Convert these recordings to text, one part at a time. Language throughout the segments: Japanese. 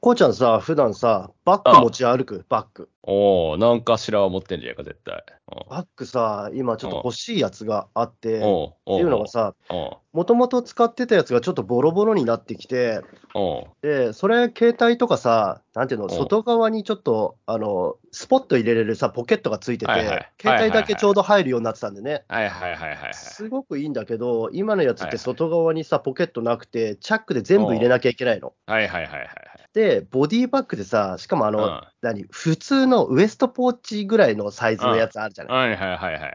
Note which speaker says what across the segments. Speaker 1: こうちゃんさ、普段さ、バッグ持ち歩く、バッグ。
Speaker 2: おおなんかしらは持ってんじゃんか、絶対。うん
Speaker 1: バッグさ、今ちょっと欲しいやつがあって、っ
Speaker 2: お
Speaker 1: て
Speaker 2: お
Speaker 1: いうのがさ、
Speaker 2: お
Speaker 1: もともと使ってたやつがちょっとボロボロになってきて、
Speaker 2: おお
Speaker 1: で、それ、携帯とかさ、なんていうの、
Speaker 2: ん
Speaker 1: 外側にちょっと、あの、スポット入れれるさ、ポケットがついてて、
Speaker 2: はいはい
Speaker 1: 携帯だけ
Speaker 2: はいはいはい
Speaker 1: ちょうど入るようになってたんでね。
Speaker 2: はいはいはいはいはい。
Speaker 1: すごくいいんだけど、今のやつっ
Speaker 2: はいは
Speaker 1: て
Speaker 2: い
Speaker 1: 外側にさ、ポケットなくて、チャックで全部入れなきゃいけないの。
Speaker 2: はいはいはいはい
Speaker 1: で、ボディバッグでさ、しかもあの、
Speaker 2: はい。
Speaker 1: 何、普通のウエストポーチぐらいのサイズのやつあるじゃ
Speaker 2: うん
Speaker 1: ない。
Speaker 2: はいはいはいはいはい。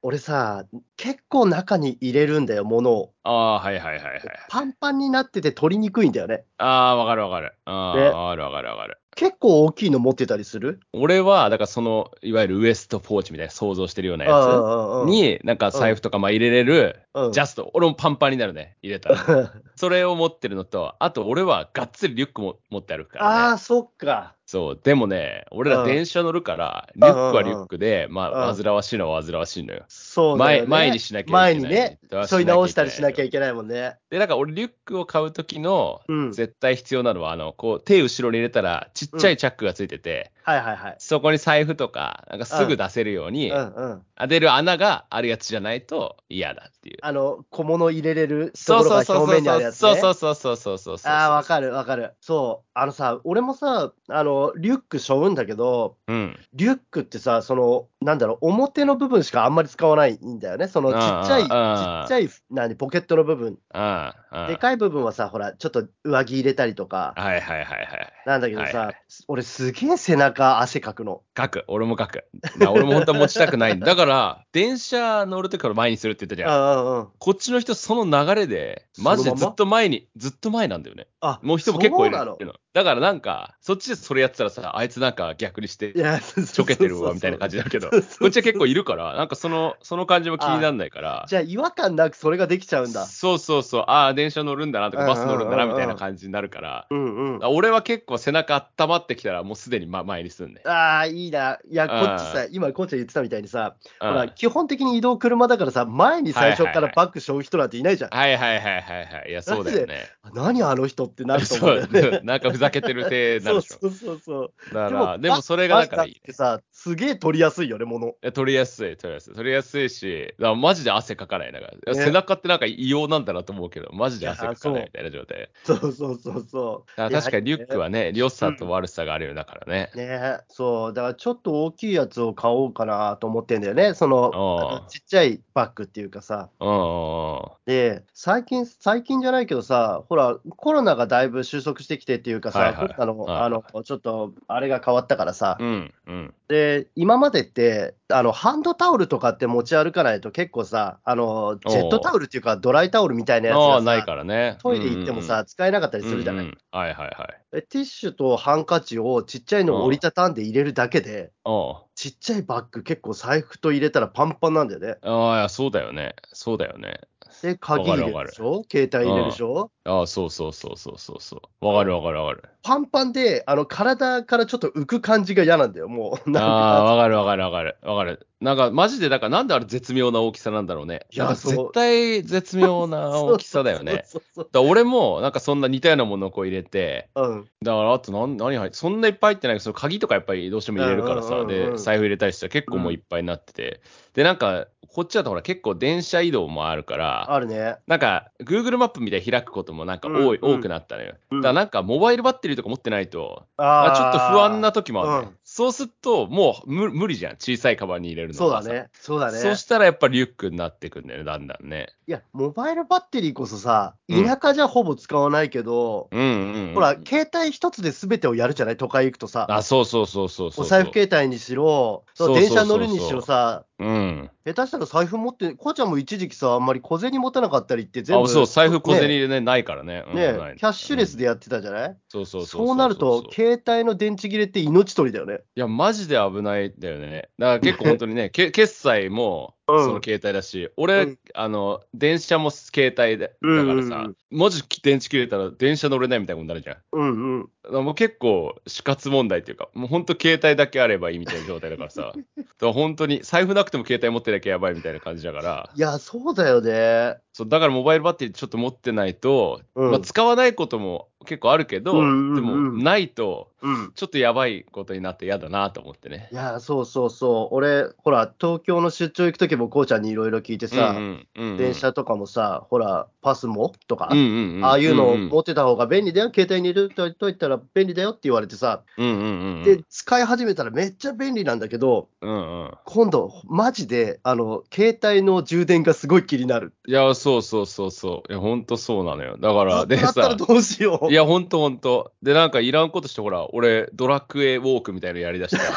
Speaker 1: 俺さ、結構中に入れるんだよ、物を。
Speaker 2: ああ、はいはいはいはい。
Speaker 1: パンパンになってて取りにくいんだよね。
Speaker 2: ああ、わかるわかる。あ
Speaker 1: ね
Speaker 2: あ、わかるわかるわかる。
Speaker 1: 結構大きいの持ってたりする
Speaker 2: 俺は、だからその、いわゆるウエストポーチみたいな想像してるような
Speaker 1: うん
Speaker 2: や
Speaker 1: うんう
Speaker 2: つ
Speaker 1: ん
Speaker 2: に、なんか財布とかまあ入れれる、
Speaker 1: うん
Speaker 2: ジャスト、俺もパンパンになるね、入れたら。それを持ってるのと、あと俺はがっつりリュックも持って歩くから
Speaker 1: あ
Speaker 2: ね。
Speaker 1: あ、そっか。
Speaker 2: そう、でもね、俺
Speaker 1: う
Speaker 2: ら
Speaker 1: ん
Speaker 2: 電車乗るから、リュックは
Speaker 1: うんう
Speaker 2: リ
Speaker 1: んうん
Speaker 2: ュックで、まあ、
Speaker 1: うん
Speaker 2: 煩わしいのは煩わしいのよ。
Speaker 1: そうだよ
Speaker 2: 前
Speaker 1: ね。
Speaker 2: 前にしなきゃいけな
Speaker 1: 前に
Speaker 2: い。
Speaker 1: ね、
Speaker 2: そ
Speaker 1: 沿い直したりしなきゃいけないもんね。
Speaker 2: で、なんか俺リュックを買う時の、
Speaker 1: うん。
Speaker 2: 絶対必要なのは、あの、こう、手後ろに入れたら、ちっちゃいチャックがついてて、
Speaker 1: はいはいはい。
Speaker 2: そこに財布とか、なんかすぐ出せるように、
Speaker 1: うんうん。
Speaker 2: あ出る穴があるやつじゃないと嫌だっていう。
Speaker 1: あの、小物入れれると
Speaker 2: そ
Speaker 1: こ
Speaker 2: う
Speaker 1: ろ
Speaker 2: そう
Speaker 1: が
Speaker 2: そう
Speaker 1: 表
Speaker 2: そ
Speaker 1: 面
Speaker 2: う
Speaker 1: にある
Speaker 2: そ
Speaker 1: やつ
Speaker 2: う
Speaker 1: ね。
Speaker 2: そうそうそうそうそうそう。
Speaker 1: ああ、わかるわかる。そう。あのさ、俺もさ、あの、リュック背負うんだけど、
Speaker 2: うん。
Speaker 1: リュックってさ、その、なんだろう、表の部分しかあんまり使わないんだよね。その、ちっちゃい、ちっ
Speaker 2: あー
Speaker 1: ちゃい、何、ポケットの部分。
Speaker 2: ああ。
Speaker 1: でかい部分はさ、ほら、ちょっと上着入れたりとか、
Speaker 2: はいはいはいはい。
Speaker 1: なんだけどさ、
Speaker 2: はいは
Speaker 1: 俺すげえ背中汗かくの。
Speaker 2: 書く。俺も書く。な俺も本当は持ちたくない んだ。だから、電車乗るときから前にするって言ったじゃん。
Speaker 1: あうんうん。
Speaker 2: こっちの人、その流れで、マジでずっと前に、ずっと前なんだよね。
Speaker 1: あ、
Speaker 2: もう人も結構いる
Speaker 1: そうな
Speaker 2: っ
Speaker 1: の
Speaker 2: ていうの。だからなんか、そっちでそれやってたらさ、あいつなんか逆にして
Speaker 1: い、や、
Speaker 2: ちょけてるわみたいな
Speaker 1: じ。
Speaker 2: 感じだけど、
Speaker 1: そ
Speaker 2: こ
Speaker 1: うそうそう
Speaker 2: っちは結構いるから、なんかその、その感じも気にならないから。
Speaker 1: じゃあ、違和感なくそれができちゃうんだ。
Speaker 2: そうそうそう、ああ、電車乗るんだなとか、
Speaker 1: うんうん
Speaker 2: バ
Speaker 1: うんうん
Speaker 2: ス乗るんだなみたいな感じになるから、
Speaker 1: うんうん。
Speaker 2: 俺は結構背中温まってきたら、もうすでにま前にすんね。
Speaker 1: ああ、いいな。いや、こっち
Speaker 2: あ
Speaker 1: さ、今、こうちゃん言ってたみたいにさ、
Speaker 2: う
Speaker 1: ほ
Speaker 2: ん
Speaker 1: ら、基本的に移動車だからさ、前に最初
Speaker 2: はい
Speaker 1: か
Speaker 2: はい
Speaker 1: ら
Speaker 2: はい
Speaker 1: バッグ背負う人なんていないじゃん。
Speaker 2: はいはいはいはいはい。いや、そうだよね。
Speaker 1: 何あの人ってなると思
Speaker 2: そうう、
Speaker 1: んだ よね。
Speaker 2: なんかふざけて る手に
Speaker 1: そう
Speaker 2: なるでしょ。
Speaker 1: そうそうそう。
Speaker 2: だから、で
Speaker 1: バ
Speaker 2: もそれがだからいい
Speaker 1: バッ
Speaker 2: ね
Speaker 1: グってさ、すげえ取りやすいよね、もの。
Speaker 2: いや。取りやすい、取りやすい。取りやすいし、だからマジで汗かかない。だから、いや
Speaker 1: ね
Speaker 2: 背中ってなんか異様なんだなと思うけど、マジで汗かかないみたいな状態。
Speaker 1: そうそうそうそ
Speaker 2: だから確かにリュックはね、良さと悪さがあるようだからね
Speaker 1: う。。ねそう、だからちょっと大きいやつを買おうかなと思ってんだよね、その
Speaker 2: ああ
Speaker 1: あのちっちゃいバッグっていうかさ。
Speaker 2: うんうんうん。
Speaker 1: で、最近、最近じゃないけどさ、ほら、コロナがだいぶ収束してきてっていうかさ、
Speaker 2: はいはい
Speaker 1: コロナの、
Speaker 2: はい
Speaker 1: あのちょっとあれが変わったからさ、
Speaker 2: うんうん。
Speaker 1: で、今までって、あの、ハンドタオルとかって持ち歩かないと結構さ、あの、ジェットタオルっていうかドライタオルみたいなやつ
Speaker 2: あ
Speaker 1: が
Speaker 2: あ、
Speaker 1: さ
Speaker 2: ないからね。
Speaker 1: トイレ行ってもさ、使えなかったりするじゃない、
Speaker 2: うんうんはいはいはい。
Speaker 1: えティッシュとハンカチをちっちゃいのを折りたたんで入れるだけで、
Speaker 2: おう
Speaker 1: ちっちゃいバッグ結構財布と入れたらパンパンなんだよね。
Speaker 2: ああ、いやそうだよね。そうだよね。
Speaker 1: で、鍵入れるでしょ携帯入れるでしょ、
Speaker 2: ああ、そうそうそうそうそうそう。わかるわかるわかる。
Speaker 1: パンパンで、あの、体からちょっと浮く感じが嫌なんだよ、もう。
Speaker 2: ああ、
Speaker 1: なんか
Speaker 2: わかるわかるわかる。わかる。なんか、マジで、だから、なんであれ絶妙な大きさなんだろうね。
Speaker 1: いや
Speaker 2: なんか
Speaker 1: そう
Speaker 2: 絶対絶妙 な大きさだよね。だか
Speaker 1: そうそう
Speaker 2: ら俺も、なんかそんな似たようなものをこう入れて、
Speaker 1: そううん。
Speaker 2: だから、あと何、何入って、そんないっぱい入ってないけど、その鍵とかやっぱりどうしても入れるから
Speaker 1: うんう
Speaker 2: さ、
Speaker 1: んうんうん
Speaker 2: で、財布入れたりしたら結構もういっぱいになってて、で、なんか、こっちだとほら、結構電車移動もあるから、
Speaker 1: あるね。
Speaker 2: なんか、Google マップみたいに開くこともなんか多い、
Speaker 1: うんうん
Speaker 2: 多くなったのよ。
Speaker 1: うん
Speaker 2: だからなんか、モバイルバッテリーとか持ってないと、
Speaker 1: あ
Speaker 2: あちょっと不安な
Speaker 1: と
Speaker 2: 時もある、ね
Speaker 1: うん
Speaker 2: そうすると、もう無無理じゃん。小さいカバンに入れるの
Speaker 1: そう
Speaker 2: が
Speaker 1: だ
Speaker 2: さ。
Speaker 1: ね。そうだね。
Speaker 2: そうしたらやっぱりリュックになってくんだよね、だんだんね。
Speaker 1: いや、モバイルバッテリーこそさ、
Speaker 2: うん
Speaker 1: 田舎じゃほぼ使わないけど、
Speaker 2: うんうん、うん。
Speaker 1: ほら、携帯一つで全てをやるじゃない都会行くとさ、
Speaker 2: あ、そうそうそうそうそう。
Speaker 1: お財布携帯にしろ、そ
Speaker 2: そうう
Speaker 1: 電車乗るにしろさ、
Speaker 2: うん。
Speaker 1: 下手したら財布持って、こうちゃんも一時期さ、あんまり小銭持たなかったりって全部。
Speaker 2: あ、そう、財布小銭
Speaker 1: ね
Speaker 2: ねないからね。うん
Speaker 1: ね
Speaker 2: ない
Speaker 1: キャッシュレスでやってたじゃない、
Speaker 2: そうそうそう
Speaker 1: そうなる
Speaker 2: そ
Speaker 1: と
Speaker 2: う、そう
Speaker 1: 携帯の電池切れって命取りだよね。
Speaker 2: いや、マジで危ないだよね。だから結構本当 にね、け決済もそ
Speaker 1: うん
Speaker 2: の携帯だし、俺、
Speaker 1: うん
Speaker 2: あの、電車も携帯で、だから
Speaker 1: うんうん
Speaker 2: さ、もし電池切れたら電車乗れないみたいなことになるじゃん。だ
Speaker 1: うんうん。
Speaker 2: からもう結構死活問題っていうか、もう本当携帯だけあればいいみたいな状態だか らさ、だから本当に財布なくても携帯持ってなきゃやばいみたいな感じだから、
Speaker 1: いや、そうだよね。
Speaker 2: そうだからモバイルバッテリーちょっと持ってないと、
Speaker 1: うん
Speaker 2: まあ、使わないことも結構あるけど、
Speaker 1: うんうんうん
Speaker 2: でもないと、
Speaker 1: うん。
Speaker 2: ちょっとやばいことになって嫌だなと思ってね。
Speaker 1: いや、そうそうそう。俺、ほら、東京の出張行くときも、こうちゃんにいろいろ聞いてさ、
Speaker 2: うんうんうん
Speaker 1: 電車とかもさ、ほら、パスモとか、
Speaker 2: うんうんうん
Speaker 1: ああいうのを
Speaker 2: んん
Speaker 1: 持ってた方が便利だよ、携帯に入れといといたら便利だよって言われてさ、
Speaker 2: うんうんうんうん
Speaker 1: で、使い始めたらめっちゃ便利なんだけど、
Speaker 2: うんうん
Speaker 1: 今度、マジで、あの、携帯の充電がすごい気になる。
Speaker 2: いや、そうそうそうそう。いや、ほんとそうなのよ。だから、で
Speaker 1: だった
Speaker 2: さ
Speaker 1: ら、どうしよう。
Speaker 2: いや、ほんとほんと。で、なんかいらんことして、ほら、俺、ドラクエウォークみたいなのやりだしたり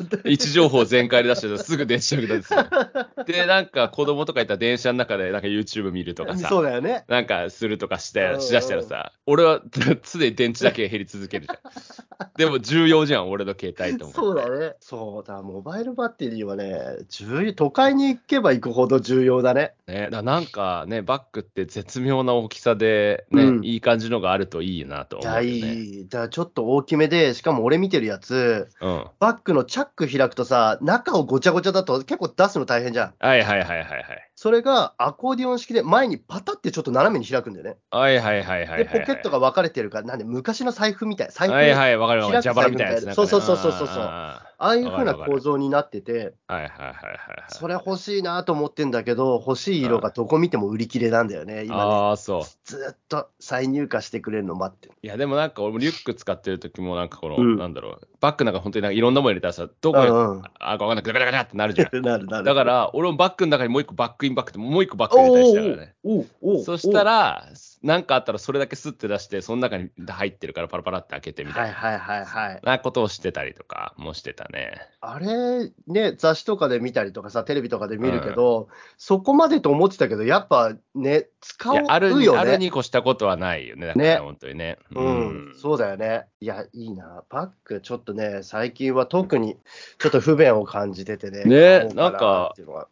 Speaker 2: して さ、位置情報全開で出してさすぐ電車に乗ってさ。で、なんか子供とかいたら電車の中で、なんか YouTube 見るとかさ。
Speaker 1: そうだよね。
Speaker 2: なんかするとかし
Speaker 1: うんう
Speaker 2: て
Speaker 1: ん
Speaker 2: しだしたらさ、俺は 常に電池だけが減り続けるじゃん。でも重要じゃん、俺の携帯と思って。
Speaker 1: そうだね。そうだ、モバイルバッテリーはね、重要都会に行けば行くほど重要だね。
Speaker 2: ね、だからなんかね、バッグって絶妙な大きさで、ね
Speaker 1: うん
Speaker 2: いい感じのがあるといいなと
Speaker 1: い
Speaker 2: 思う
Speaker 1: や、
Speaker 2: よね。
Speaker 1: いい。だからちょっと大きめで、しかも俺見てるやつ、
Speaker 2: うん。
Speaker 1: バッグのチャック開くとさ、中をごちゃごちゃだと結構出すの大変じゃん。
Speaker 2: はいはいはいはいはい。
Speaker 1: それがアコーディオン式で前にパタってちょっと斜めに開くんだよね。
Speaker 2: はいはいはいはいはい、
Speaker 1: で、ポケットが分かれてるから、なんで昔の財布みたい。財布、
Speaker 2: はいはい、わかるわかる。
Speaker 1: 開く
Speaker 2: 蛇腹みたいなやつね。
Speaker 1: そうそうそうそうそう
Speaker 2: あーあ
Speaker 1: ああいう風な構造になってて、
Speaker 2: ーあーはいはいはいはいはい。
Speaker 1: それ欲しいなと思ってんだけど、欲しい色がどこ見ても売り切れなんだよね、今ね。
Speaker 2: ああ、そう。
Speaker 1: ずっと再入荷してくれるの待ってる。
Speaker 2: いや、でもなんか俺もリュック使ってる時も、なんかこの、
Speaker 1: うん
Speaker 2: なんだろう、バッグなんか本当になんかいろんなもの入れたらさ、どこに
Speaker 1: うんうん
Speaker 2: あ、わかんない、ガチャガチャガチャってなるじゃ ん。
Speaker 1: なるなる。、
Speaker 2: だからら、俺もバッグの中にもう一個バックインバッグって、もう一個バッグ入れたり
Speaker 1: お
Speaker 2: し
Speaker 1: う
Speaker 2: たからね。
Speaker 1: おうおうおう
Speaker 2: そした、ら、なんかあったらそれだけスッて出して、その中に入ってるからパラパラって開けてみたい
Speaker 1: は
Speaker 2: な。
Speaker 1: いはいはいはい。
Speaker 2: なことをしてたりとかもしてたね。
Speaker 1: あれ、ね、雑誌とかで見たりとかさ、テレビとかで見るけど、そこまでと思ってたけど、やっぱね、使
Speaker 2: いうや、あるに、
Speaker 1: よ
Speaker 2: ある
Speaker 1: ね。
Speaker 2: に越したことはないよね。だから
Speaker 1: ね
Speaker 2: 本当にね。
Speaker 1: うん、そうだよね。いや、いいな。バッグ、ちょっとね、最近は特にちょっと不便を感じててね。
Speaker 2: ね
Speaker 1: 買おうなっていうのは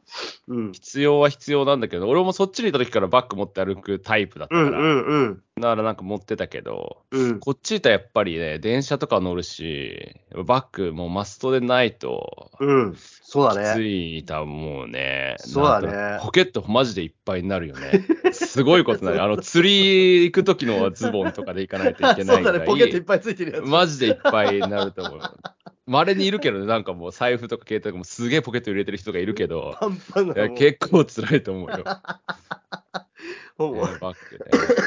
Speaker 1: うん。
Speaker 2: 必要は必要なんだけど、俺もそっちにいた時からバッグ持って歩くタイプだった
Speaker 1: う
Speaker 2: から、
Speaker 1: んうんうん。
Speaker 2: だからなんか持ってたけど、
Speaker 1: うん、
Speaker 2: こっちいたらやっぱりね、電車とか乗るし、バッグもうマストでないと、
Speaker 1: うん、そうだ
Speaker 2: きつ
Speaker 1: ね。
Speaker 2: いとは思うね。
Speaker 1: そうだね
Speaker 2: なんかポケットマジでいっぱいになるよね。すごいことになる。あの、釣り行く時のズボンとかで行かないとい
Speaker 1: あ
Speaker 2: け
Speaker 1: そう
Speaker 2: ないぐ
Speaker 1: だ
Speaker 2: ら
Speaker 1: ね、ポケットいっ
Speaker 2: い、
Speaker 1: ぱいついてるやつ。
Speaker 2: マジでいっぱいになると思う。稀にいるけどね、なんかもう財布とか携帯とかもすげえポケット入れてる人がいるけ ど、
Speaker 1: パンパン
Speaker 2: い
Speaker 1: な
Speaker 2: や
Speaker 1: の
Speaker 2: 結構辛いと思うよ。ね
Speaker 1: もう
Speaker 2: バッ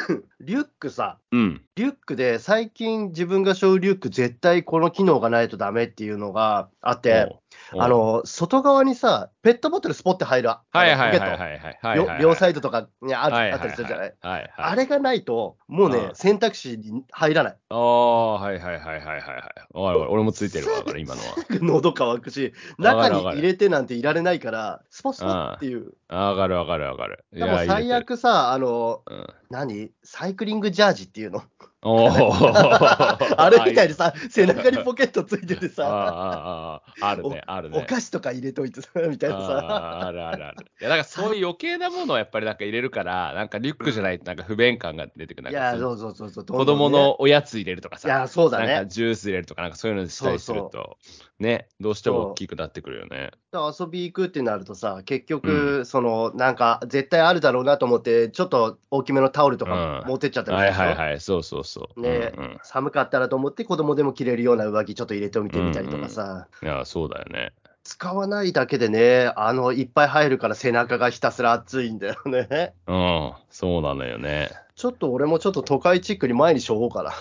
Speaker 2: グね。
Speaker 1: リュックさ、
Speaker 2: うん。
Speaker 1: リュックで最近自分が背負うリュック絶対この機能がないとダメっていうのがあって、
Speaker 2: おう、
Speaker 1: あ
Speaker 2: おう
Speaker 1: の、外側にさ、ペットボトルスポッて入る。
Speaker 2: はいはい
Speaker 1: あの
Speaker 2: はい
Speaker 1: ポケ
Speaker 2: はい
Speaker 1: ット
Speaker 2: はいはいはい
Speaker 1: よ
Speaker 2: はい。
Speaker 1: 両サイドとかにあ,、
Speaker 2: はいはいはい
Speaker 1: あったりするじゃない、
Speaker 2: はいはい。
Speaker 1: あれがないと、もうね
Speaker 2: う、ん
Speaker 1: 選択肢に入らない。
Speaker 2: ああ、はいはいはいはいはいはい。わかるわかる俺もついて るわ、だから今のは。
Speaker 1: 喉乾くし、
Speaker 2: わか
Speaker 1: 中
Speaker 2: る
Speaker 1: に
Speaker 2: わかる
Speaker 1: 入れてなんていられないから、スポスポっていう。
Speaker 2: あーわかるわかるわかる。い
Speaker 1: でも
Speaker 2: や
Speaker 1: 最。悪さ、あの、
Speaker 2: 入れてるうん
Speaker 1: 何サイクリングジャージっていうの
Speaker 2: おー
Speaker 1: あれみたいに
Speaker 2: で
Speaker 1: さ、背中にポケットついてて
Speaker 2: あー
Speaker 1: さ、
Speaker 2: あーあーあるね、ある
Speaker 1: お
Speaker 2: ね。
Speaker 1: 菓子とか入れといてさ、みたいなさ。
Speaker 2: あーあるあるある。いや、なんかそういう余計なものをやっぱりなんか入れるから、なんかリュックじゃないとなんか不便感が出てくる。
Speaker 1: い
Speaker 2: なん
Speaker 1: や、
Speaker 2: か
Speaker 1: そうそうそうそう。ど
Speaker 2: 子
Speaker 1: んどんね
Speaker 2: 供。のおやつ入れるとか
Speaker 1: い
Speaker 2: さ、
Speaker 1: や、そうだ
Speaker 2: なんか
Speaker 1: ね。
Speaker 2: ジュース入れるとか、なんかそういうのしたりする
Speaker 1: そう
Speaker 2: と、ね、どうしても大きくなってくるよね。
Speaker 1: だから遊び行くってなるとさ、結
Speaker 2: う
Speaker 1: 局、その、なんか、絶対あるだろうなと思って、ちょっと大きめのタオルとか
Speaker 2: うん
Speaker 1: 持ってっちゃったりす
Speaker 2: は
Speaker 1: る
Speaker 2: い
Speaker 1: でしょ
Speaker 2: はいはい、そうそうそう。
Speaker 1: ね
Speaker 2: うんうん
Speaker 1: 寒かったらと思って子供でも着れるような上着ちょっと入れてみてみたりとかさ、
Speaker 2: いや、そうだよね。
Speaker 1: 使わないだけでね、あの、いっぱい入るから背中がひたすら熱いんだよね。
Speaker 2: うん、そうなの よね。
Speaker 1: ちょっと俺もちょっと都会チックに前にしょおうかな。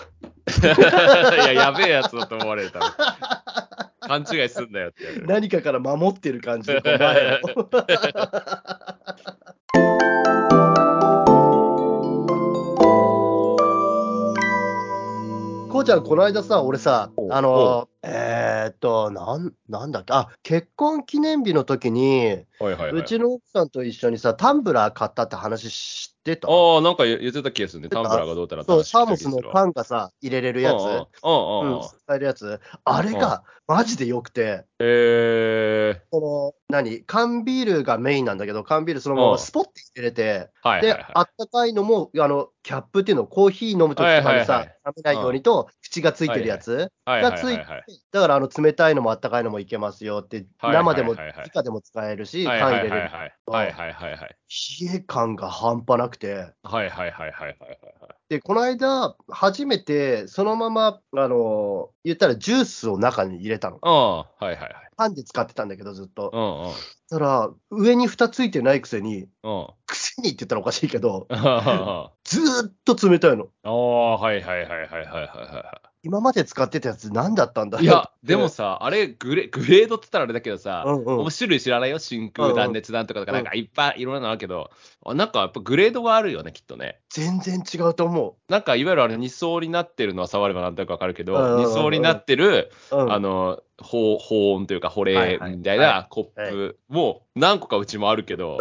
Speaker 2: いや、やべえやつだと思われる、多分勘違いすんなよってや る。
Speaker 1: 何かから守ってる感じ、こう前 をこうちゃん、この間さ、俺さ、あの、えーっと、なん、なんだっけ、あ、結婚記念日の時に、
Speaker 2: はいはい、は
Speaker 1: う
Speaker 2: い。
Speaker 1: ちの奥さんと一緒にさ、タンブラー買ったって話知ってた
Speaker 2: ああ、なんか言言ってた気がするね。タンブラーがどうたらって
Speaker 1: そう、
Speaker 2: 話
Speaker 1: サー
Speaker 2: 聞
Speaker 1: モ
Speaker 2: いた気
Speaker 1: ス
Speaker 2: がす
Speaker 1: の
Speaker 2: るわ
Speaker 1: 缶がさ、入れれるやつ、
Speaker 2: うんうんうん
Speaker 1: う
Speaker 2: うん
Speaker 1: ん、使えるやつ、あれがマジで良くて、
Speaker 2: え
Speaker 1: この、何、缶ビールがメインなんだけど、缶ビールそのままスポッて入れて、
Speaker 2: ー、はいはい
Speaker 1: で、
Speaker 2: はい。
Speaker 1: あったかいのも、あの、キャップっていうの、コーヒー飲むときとかに
Speaker 2: はいはい
Speaker 1: さ
Speaker 2: は、
Speaker 1: 冷めないようにと、口がついてるやつ
Speaker 2: はいは
Speaker 1: が
Speaker 2: い
Speaker 1: つ
Speaker 2: はいい
Speaker 1: て
Speaker 2: はい。、
Speaker 1: だからあの冷たいのもあったかいのもいけますよって、
Speaker 2: はいはいはいは
Speaker 1: 生
Speaker 2: い
Speaker 1: でも、直でも使えるし、
Speaker 2: は
Speaker 1: 缶
Speaker 2: いは
Speaker 1: 入れ
Speaker 2: いはい
Speaker 1: れる。
Speaker 2: はい。はいはいはいはい。
Speaker 1: 冷え感が半端なくて。
Speaker 2: はいはいはいはいはいはいはい。
Speaker 1: で、この間、初めて、そのまま、あの、言ったらジュースを中に入れたの。
Speaker 2: ああ、はいはいはい。
Speaker 1: パンで使ってたんだけど、ずっと。
Speaker 2: うんうん。
Speaker 1: そしたら、上に蓋ついてないくせに、
Speaker 2: うん。
Speaker 1: くせにって言ったらおかしいけど、
Speaker 2: ああ
Speaker 1: ずーっと冷たいの。
Speaker 2: ああ、はいはいはいはいはいはいは
Speaker 1: 今まで使ってたやつ何だったんだろ
Speaker 2: い。
Speaker 1: う
Speaker 2: いや、でも、さ、あれグレ、グレードって言ったらあれだけどさ、
Speaker 1: うんうん
Speaker 2: 面白い知らないよ、真空断熱弾とかとか、なんかいっぱいいろんなのあるけど、あなんかやっぱグレードはあるよね、きっとね。
Speaker 1: 全然違うと思
Speaker 2: なんかいわゆるあれ2層になってるのは触ればなんとなくわかるけ
Speaker 1: うんうんうん
Speaker 2: ど、2層になってる、
Speaker 1: う。うん、
Speaker 2: あの、保保温というか保
Speaker 1: はい
Speaker 2: 冷
Speaker 1: はい
Speaker 2: みたいなコップも何個かうちもあるけど、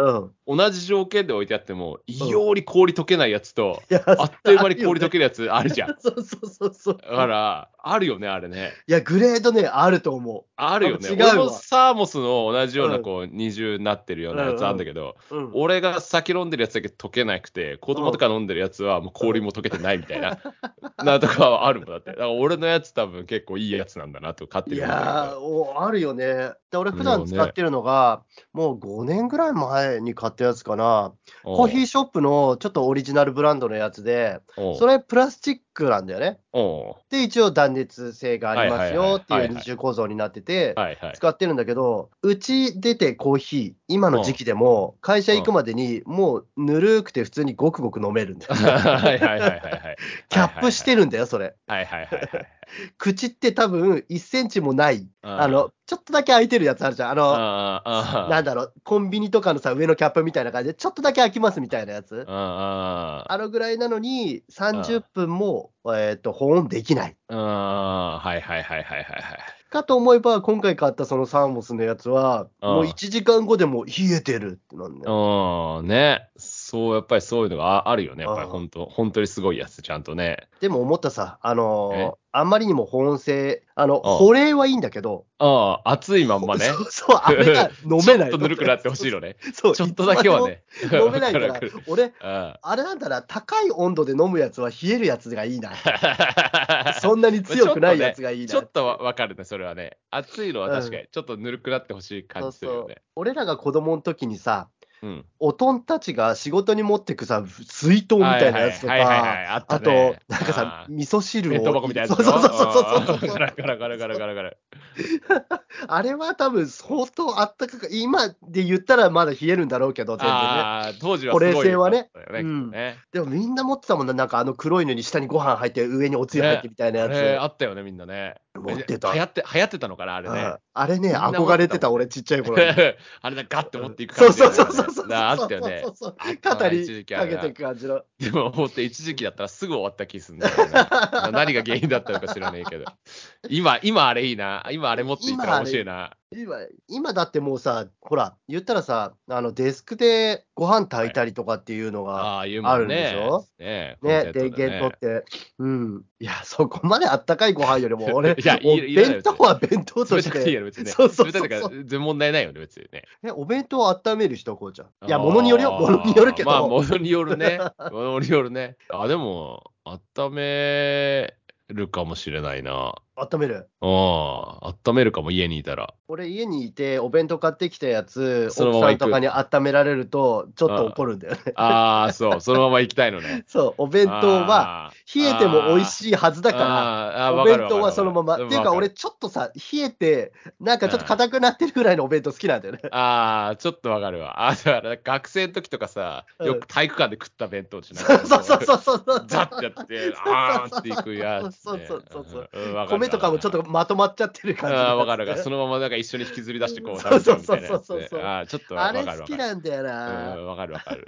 Speaker 1: うん。
Speaker 2: 同じ条件で置いてあっても、異様に氷溶けないやつと、
Speaker 1: いや、
Speaker 2: あっという間に氷溶けるやつあるじゃん。だ
Speaker 1: そうそうそうそう。
Speaker 2: から、あるよね、あれね。
Speaker 1: いや、グレードね、あると思
Speaker 2: あるよね。
Speaker 1: 違うわ
Speaker 2: 俺もサーモスの同じよう
Speaker 1: う
Speaker 2: なんこう二重になってるようなやつあるんだけど、
Speaker 1: う。うん、
Speaker 2: 俺が酒飲んでるやつだけ溶けなくて、子供とか飲んでるやつはもう氷も溶けてないみたいな、なんとかはあるもんだって。だから俺のやつ多分結構いいやつなんだなと勝手
Speaker 1: い
Speaker 2: に思ってるけ
Speaker 1: やー
Speaker 2: ど。
Speaker 1: お、あるよね。で、俺、普段使
Speaker 2: もうね
Speaker 1: ってるのが、もう5年ぐらい前に買ったやつかな。
Speaker 2: おう
Speaker 1: コーヒーショップのちょっとオリジナルブランドのやつで、
Speaker 2: おう
Speaker 1: それプラスチックなんだよね。
Speaker 2: お
Speaker 1: で、一応断熱性がありますよって
Speaker 2: は
Speaker 1: い
Speaker 2: いはいうはい
Speaker 1: 二重構造になってて
Speaker 2: う、はいはい。
Speaker 1: 使ってるんだけど、うち出てコーヒー、今の時期でも、会社行くまでにもうぬるくて普通にごくごく飲めるんだよ。
Speaker 2: はいはいはいはいはい。
Speaker 1: キャップしてるんだよ、それ。
Speaker 2: はいはいはいはい。
Speaker 1: 口って多分1センチもない、
Speaker 2: あ
Speaker 1: あの、ちょっとだけ開いてるやつあるじゃん。あの、
Speaker 2: あああ
Speaker 1: なんだろう、コンビニとかのさ、上のキャップみたいな感じで、ちょっとだけ開きますみたいなやつ。
Speaker 2: ああ
Speaker 1: あのぐらいなのに、30分も、えっと、保温できない。
Speaker 2: あはいはいはいはいはいはい。
Speaker 1: かと思えば、今回買ったそのサーモスのやつは、
Speaker 2: うん
Speaker 1: もう1時間後でも冷えてるってなんだよ。
Speaker 2: うん、ね。そう、やっぱりそういうのがああるよね。やっぱり
Speaker 1: うん
Speaker 2: 本当、本当にすごいやつ、ちゃんとね。
Speaker 1: でも思ったさ、あ
Speaker 2: え
Speaker 1: のーあんまりにも保温性、あの、
Speaker 2: あ
Speaker 1: 保冷はいいんだけど、
Speaker 2: ああ、熱いまんまね。
Speaker 1: そうそう、あれが 飲めない
Speaker 2: ちょっとぬるくなってほしいのね。
Speaker 1: そう
Speaker 2: ちょっとだけは。ね。
Speaker 1: いつまでも飲めないか
Speaker 2: わ
Speaker 1: ら
Speaker 2: かるわ、
Speaker 1: 俺、
Speaker 2: かる
Speaker 1: あれなんだな、高い温度で飲むやつは冷えるやつがいいな。
Speaker 2: うん。
Speaker 1: そんなに強くないやつがいいな。
Speaker 2: ちょっとわわかるね、それはね。熱いのは確かに、ちょっとぬるくなってほしい感じするよね。
Speaker 1: 俺らが子供の時にさ、
Speaker 2: うん。
Speaker 1: おとんたちが仕事に持ってくさ、水筒みたいなやつと
Speaker 2: はいはいはいは
Speaker 1: か、
Speaker 2: い、あっ
Speaker 1: あ
Speaker 2: た
Speaker 1: と
Speaker 2: ね。、
Speaker 1: なんかさ、
Speaker 2: あー、
Speaker 1: 味噌汁を。
Speaker 2: ペット箱みたいなや
Speaker 1: そ
Speaker 2: つ
Speaker 1: う
Speaker 2: よ
Speaker 1: そうそうそううそ
Speaker 2: ん
Speaker 1: う。
Speaker 2: ガラガラガラガラガラガラ。
Speaker 1: あれは多分相当あったかく、今で言ったらまだ冷えるんだろうけど、全然ね。
Speaker 2: ああー、当時はすごい
Speaker 1: 保冷性はね
Speaker 2: だった
Speaker 1: う
Speaker 2: よね。
Speaker 1: ん
Speaker 2: きっとね
Speaker 1: でもみんな持ってたもんな、なんかあの黒いのに下にご飯入って、上におつゆ入ってみたいな
Speaker 2: あれ
Speaker 1: や
Speaker 2: あったよね、みんなね。
Speaker 1: つ持ってた。
Speaker 2: 流行って、流行ってたのかな、あれ
Speaker 1: う
Speaker 2: ね
Speaker 1: ん。あれね、
Speaker 2: みんな持ってたもん
Speaker 1: 憧れてた、俺、ちっちゃい頃に。
Speaker 2: あれだ、ガッて持っていく
Speaker 1: そ
Speaker 2: 感
Speaker 1: う
Speaker 2: じだ
Speaker 1: そ
Speaker 2: よ
Speaker 1: うそうそ
Speaker 2: ね。
Speaker 1: うそう。
Speaker 2: なあったよね
Speaker 1: そ。うそうそう。
Speaker 2: たな
Speaker 1: 肩
Speaker 2: 一
Speaker 1: に
Speaker 2: 時期あ
Speaker 1: かけ
Speaker 2: るな
Speaker 1: ていく感じの。
Speaker 2: でも、思って一時期だったらすぐ終わった気すんだ よね何が原因だったのか知らないけど。今、今あれいいな。今あれ持っていったら面白いな。
Speaker 1: 今、今だってもうさ、ほら、言ったらさ、あのデスクでご飯炊いたりとかっていうのが、
Speaker 2: ああ、いうもん
Speaker 1: あるでし
Speaker 2: ね
Speaker 1: ょ。
Speaker 2: ね
Speaker 1: ね、電源取って、うん。いや、そこまであったかいご飯よ りも、俺、
Speaker 2: いやいい
Speaker 1: お
Speaker 2: いいのよ
Speaker 1: 弁当は弁当と
Speaker 2: 冷
Speaker 1: した
Speaker 2: くていい
Speaker 1: て、
Speaker 2: よね、別にね。
Speaker 1: そうそうそう
Speaker 2: 冷たいとか、全然問題ないよね、別にね。
Speaker 1: えお弁当を温める人、こうちゃん。いや、
Speaker 2: あー
Speaker 1: ものによるよ、ものによるけど、
Speaker 2: まあ、ものによる ね。ものによるね。あ、でも、温めるかもしれないな。
Speaker 1: 温める。
Speaker 2: うん。温めるかも、家にいたら。
Speaker 1: 俺、家にいて、お弁当買ってきたやつ、
Speaker 2: そのま
Speaker 1: 奥さ
Speaker 2: ま行
Speaker 1: ん
Speaker 2: く
Speaker 1: とかに温められると、ちょっと怒るんだよね。
Speaker 2: ああ、そう。そのまま行きたいのね。
Speaker 1: そう、お弁当は、
Speaker 2: あー、
Speaker 1: 冷えても美味しいはずだから、
Speaker 2: ら
Speaker 1: お弁当はそのまま。っていうか、俺、。ちょっとさ、冷えて、なんかちょっと硬くなってるぐらいのお弁当好きなん だよね。
Speaker 2: ああ、ちょっとわかるわ。あーだから学生の時とかさ、
Speaker 1: うん
Speaker 2: よく体育館で食った弁当じゃ。
Speaker 1: そうそうそう そううそう。
Speaker 2: ザッてやって、あーっていくやつ、ね。
Speaker 1: そうそうそうそう
Speaker 2: うん。うんわるわ
Speaker 1: 米とかもちょっとまとまっちゃってる感じ。
Speaker 2: ああ、わかるわかる。そのままなんか一緒に引きずり出してこう食べちゃうみたいなやつ
Speaker 1: そうそうそうそう
Speaker 2: ね。
Speaker 1: そう
Speaker 2: ああ、ちょっとわ
Speaker 1: あ
Speaker 2: か
Speaker 1: れ
Speaker 2: るわ
Speaker 1: 好
Speaker 2: か
Speaker 1: き
Speaker 2: る。
Speaker 1: なんだよ
Speaker 2: う
Speaker 1: な。
Speaker 2: ん、わかるわかる、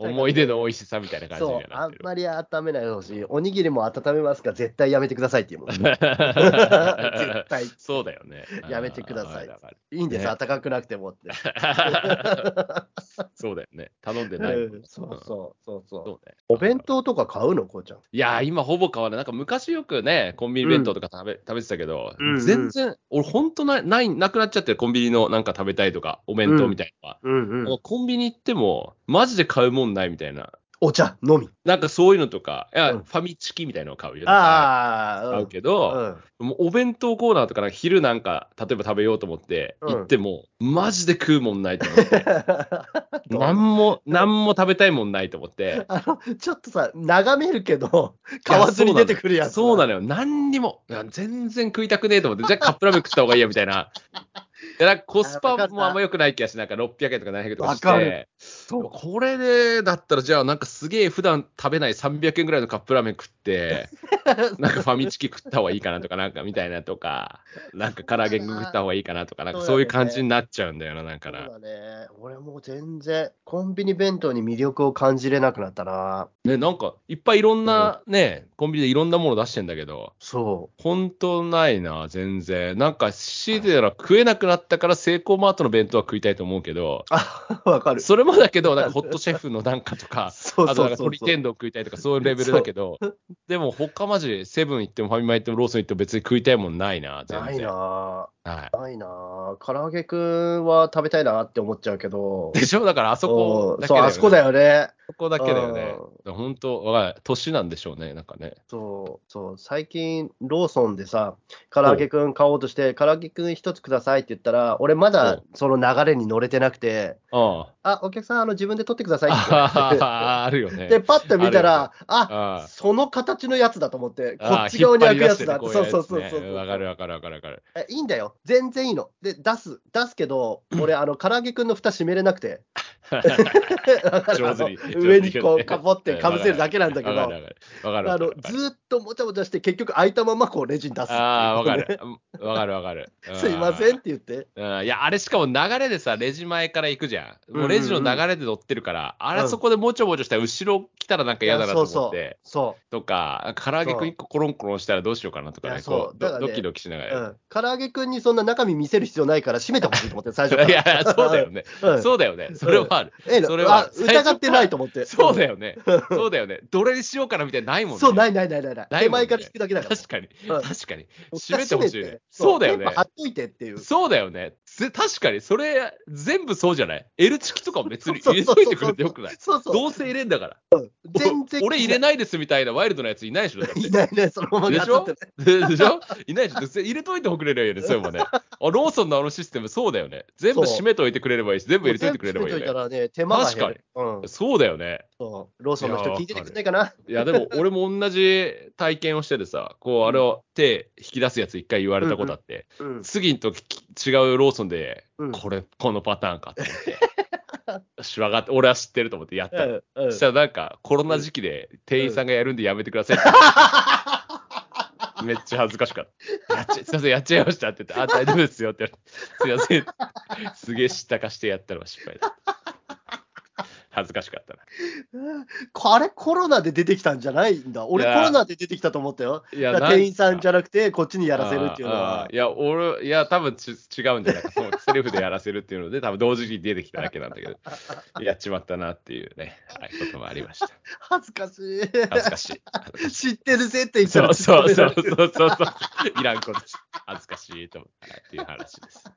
Speaker 2: うん。思い出の美味しさみたいな感じに
Speaker 1: そう
Speaker 2: は、な
Speaker 1: あ
Speaker 2: っ
Speaker 1: ん
Speaker 2: てる。
Speaker 1: まり温めないでほしい。おにぎりも温めますが、絶対やめてくださいって いうもん。絶対。
Speaker 2: そうだよね。
Speaker 1: やめてください
Speaker 2: あーわかる
Speaker 1: いいんです、
Speaker 2: ね
Speaker 1: 温かくなくてもって。
Speaker 2: そうだよね。頼んで
Speaker 1: う
Speaker 2: ないもんね、
Speaker 1: んそうそうそう
Speaker 2: うんそ
Speaker 1: そう
Speaker 2: ね。
Speaker 1: う。お弁当とか買うの、こうちゃん。
Speaker 2: いやー、今ほぼ変わらない。なんか昔よくね、コンビニ弁当とか食べ,、食べてたけど、
Speaker 1: うんうん
Speaker 2: 全然、俺ほんとない、ない、なくなっちゃってるコンビニのなんか食べたいとか、お弁当みたいなのは。
Speaker 1: うん
Speaker 2: なんかコンビニ行っても、マジで買うもんないみたいな。
Speaker 1: お茶のみ。
Speaker 2: なんかそういうのとか、いや
Speaker 1: うん
Speaker 2: ファミチキみたいなのを買うよ。
Speaker 1: ああ、うん
Speaker 2: 買うけど、
Speaker 1: うん
Speaker 2: もうお弁当コーナーとか、昼なんか、例えば食べようと思って、
Speaker 1: うん
Speaker 2: 行っても、マジで食うもんないと思って、
Speaker 1: どう
Speaker 2: なんも、なんも食べたいもんないと思って、
Speaker 1: あの、ちょっとさ、眺めるけど、買わずに出てくるやつ。
Speaker 2: そうな
Speaker 1: の。
Speaker 2: のよ。何にも。いや全然食いたくねえと思って、じゃあカップラーメン食った方がいいや、みたいな。 でなんかコスパもあんま良くない気がし、なんか600円とか700円とかし
Speaker 1: わかる
Speaker 2: て、これで、だったらじゃあなんかすげえ普段食べない300円ぐらいのカップラーメン食って、 なんかファミチキ食った方がいいかなとか、なんかみたいなとか、なんか唐揚げ食った方がいいかなとか、なんかそういう感じになっちゃうんだよな、なんか
Speaker 1: そう
Speaker 2: な。
Speaker 1: だね。俺もう全然、コンビニ弁当に魅力を感じれなくなったな。
Speaker 2: ね、なんかいっぱいいろんなね、コンビニでいろんなもの出してんだけど、
Speaker 1: そ
Speaker 2: 本当ないな、全然。なんか、強いて言うなら食えなくなったから、セイコーマートの弁当は食いたいと思うけど、
Speaker 1: う。 わかる。
Speaker 2: それもだけど、なんか、ホットシェフのなんかとか、
Speaker 1: そう
Speaker 2: あと
Speaker 1: そ
Speaker 2: な
Speaker 1: うんそ
Speaker 2: か、
Speaker 1: うそう
Speaker 2: 鳥天丼食いたいとか、そういうレベルだけど、でも、他マジ、セブン行っても、ファミマ行っても、ローソン行っても、別に食いたいもんないな、全然。
Speaker 1: ないな
Speaker 2: は
Speaker 1: ないな唐揚げくんは食べたいなって思っちゃうけど
Speaker 2: い。。でしょだから、あそこ
Speaker 1: うん
Speaker 2: だ
Speaker 1: そ
Speaker 2: け
Speaker 1: う、
Speaker 2: だよね。
Speaker 1: あそこだよね。
Speaker 2: あそこだけだよね。本当、わかんない年なんでしょうね、なんかね。
Speaker 1: そう、そう、最近、ローソンでさ、唐揚げくん買おうとして、唐揚げくん一つくださいって言ったら、俺ま
Speaker 2: う
Speaker 1: だ
Speaker 2: ん
Speaker 1: その流れに乗れてなくて、
Speaker 2: うん。
Speaker 1: あ、お客さん、あの自分で取ってくださいって言われて
Speaker 2: ああるよね。
Speaker 1: で、パッと見たら、あ
Speaker 2: あ
Speaker 1: その形のやつだと思って、こ
Speaker 2: あ
Speaker 1: っち側に開くやつだ
Speaker 2: 引
Speaker 1: っ、
Speaker 2: って張り
Speaker 1: そ
Speaker 2: 出
Speaker 1: う
Speaker 2: してね
Speaker 1: そうそうそ
Speaker 2: こいやつね
Speaker 1: うそう。
Speaker 2: わかるわかるわかるわかる。
Speaker 1: えいいんだよ、全然いいの。で、出す、出すけど、俺、あの唐揚げくんの蓋閉めれなくて、だから
Speaker 2: 上手に
Speaker 1: あの
Speaker 2: 上手に
Speaker 1: 上にこう、かぼってかぶせるだけなんだけ
Speaker 2: わ
Speaker 1: ど
Speaker 2: か。るわかる。わ
Speaker 1: あ
Speaker 2: かる
Speaker 1: の
Speaker 2: わ
Speaker 1: ず
Speaker 2: かる。
Speaker 1: ーっともちゃもちゃして、結局開いたままこうレジに出すっていう
Speaker 2: ああ、わかる。わかるわかる。うん
Speaker 1: すいませんっ。て言って。
Speaker 2: うんいや、あれしかも流れでさ、レジ前から行くじゃん。もうレジの流れで乗ってるから、あ
Speaker 1: う
Speaker 2: れ
Speaker 1: ん
Speaker 2: そこでもちょもちょしたら後ろ来たらなんか嫌だなと思っ
Speaker 1: いや
Speaker 2: て。
Speaker 1: そう
Speaker 2: とか、唐揚げくん一個コロンコロンしたらどうしようかなとか
Speaker 1: い
Speaker 2: ね、
Speaker 1: やそう
Speaker 2: こう、
Speaker 1: だか
Speaker 2: ド
Speaker 1: らね
Speaker 2: ドキドキしなが
Speaker 1: そう。うん。
Speaker 2: ら。
Speaker 1: 唐揚げくんにそんな中身見せる必要ないから、閉めてほしいと思って、最初か
Speaker 2: い
Speaker 1: ら。
Speaker 2: や、そうだよね。
Speaker 1: うん、
Speaker 2: そうだよね。それはある。
Speaker 1: ええの
Speaker 2: それは
Speaker 1: あ疑ってないと思って。
Speaker 2: そうだよね。そうだよね。どれにしようかなみたいなのないもんね。
Speaker 1: そう、ないないないないない。
Speaker 2: ない
Speaker 1: 手
Speaker 2: もんね
Speaker 1: 前から聞くだけだから。
Speaker 2: 確かに。
Speaker 1: うん
Speaker 2: 確かに。
Speaker 1: 蓋
Speaker 2: 閉めてほしいね
Speaker 1: 閉めて
Speaker 2: そうだよ
Speaker 1: テ
Speaker 2: ね
Speaker 1: ープ貼っといてっていう。
Speaker 2: そうだよね。ぜ確かに、それ、全部そうじゃない ?L チキとかも別に
Speaker 1: そう
Speaker 2: 入
Speaker 1: そう
Speaker 2: れ
Speaker 1: そう
Speaker 2: といてくれてよくない
Speaker 1: そうそう。
Speaker 2: どうせ入れんだから。
Speaker 1: 全然。
Speaker 2: 俺入れないですみたいなワイルドなやついないでしょだって
Speaker 1: い。いないいない、そのまま
Speaker 2: で
Speaker 1: ガ
Speaker 2: し
Speaker 1: ツっ
Speaker 2: ょ
Speaker 1: てね。
Speaker 2: でしょいないでしょ別に入れといてくれればいいよ ね、そういうもんね。あローソンのあのシステム、そうだよね。全部
Speaker 1: そう
Speaker 2: 閉めといてくれればいいし、全部入れとい
Speaker 1: 全
Speaker 2: て
Speaker 1: 部
Speaker 2: くれ
Speaker 1: 閉
Speaker 2: ればい
Speaker 1: め
Speaker 2: い
Speaker 1: とい
Speaker 2: よ
Speaker 1: た。ら
Speaker 2: ね
Speaker 1: ね、手間が減る。うん。
Speaker 2: そうだよね。
Speaker 1: そう。ローソンの人聞いててくれないかない
Speaker 2: や、 でも俺も同じ体験をしててさ、こう、あれを手引き出すやつ一回言われたことあって、
Speaker 1: うん。
Speaker 2: 次の時違うローソンで、
Speaker 1: うん
Speaker 2: これ、このパターンかって思って。よし、わかった。俺は知ってると思ってやったの。
Speaker 1: うんうん
Speaker 2: そしたらなんか、コロナ時期で店員さんがやるんでやめてくださいって。 めっちゃ恥ずかしかった。やっちゃすいません、やっちゃいましたって言って、あ、大丈夫ですよって言われて、すいません。すげえ知ったかしてやったのが失敗だった。恥ずかしかったな。
Speaker 1: あれコロナで出てきたんじゃないんだ。俺
Speaker 2: いや
Speaker 1: コロナで出てきたと思ったよ。
Speaker 2: いや
Speaker 1: だから店員さんじ
Speaker 2: ゃ
Speaker 1: ゃなくて、こっちにやらせるっていうの
Speaker 2: あ
Speaker 1: は
Speaker 2: ー。いや、俺、いや、多分ち違うんじゃないか。そのセルフでやらせるっていうので、多分同時に出てきただけなんだけ ど、やっちまったなっていうね、はい、こともありました。
Speaker 1: 恥ずかし
Speaker 2: 恥ず
Speaker 1: い。
Speaker 2: かしい。
Speaker 1: 知ってるぜって言った
Speaker 2: そ
Speaker 1: ら
Speaker 2: う
Speaker 1: 突っ込め
Speaker 2: そう そ
Speaker 1: ら
Speaker 2: う
Speaker 1: れる
Speaker 2: そうそうそう。いらんことし恥ずかしいと思ったっていう話です。